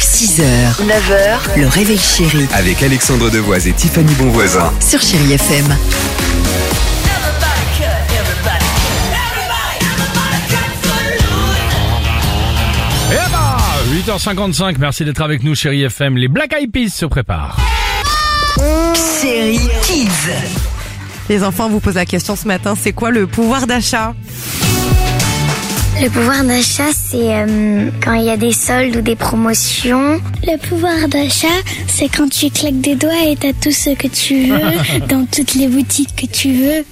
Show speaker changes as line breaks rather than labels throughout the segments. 6h, 9h, le réveil chéri
Avec Alexandre Devoise et Tiffany Bonvoisin.
sur Chéri FM.
Eh bah 8h55, merci d'être avec nous chérie FM. Les Black Eyed Peas se préparent.
Chéri Kids.
Les enfants vous posent la question ce matin, c'est quoi le pouvoir d'achat
Le pouvoir d'achat, c'est euh, quand il y a des soldes ou des promotions. Le pouvoir d'achat, c'est quand tu claques des doigts et t'as tout ce que tu veux dans toutes les boutiques que tu veux.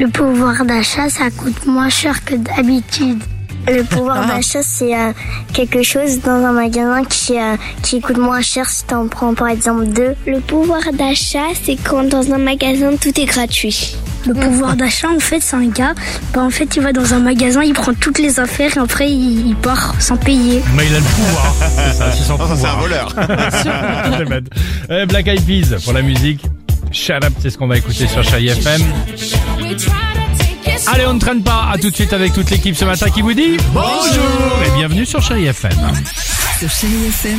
Le pouvoir d'achat, ça coûte moins cher que d'habitude. Le pouvoir d'achat, c'est euh, quelque chose dans un magasin qui, euh, qui coûte moins cher si t'en prends par exemple deux. Le pouvoir d'achat, c'est quand dans un magasin tout est gratuit. Le pouvoir d'achat, en fait, c'est un gars, bah, en fait, il va dans un magasin, il prend toutes les affaires et après, il, il part sans payer.
Mais il a le pouvoir. C'est ça, Oh, c'est son pouvoir. C'est un voleur. Black Eyed Peas pour la musique. Shut up, c'est ce qu'on va écouter sur chérie FM. Allez, on ne traîne pas. À tout de suite avec toute l'équipe ce matin qui vous dit bonjour et bienvenue sur chérie FM.
Sur Chéri FM,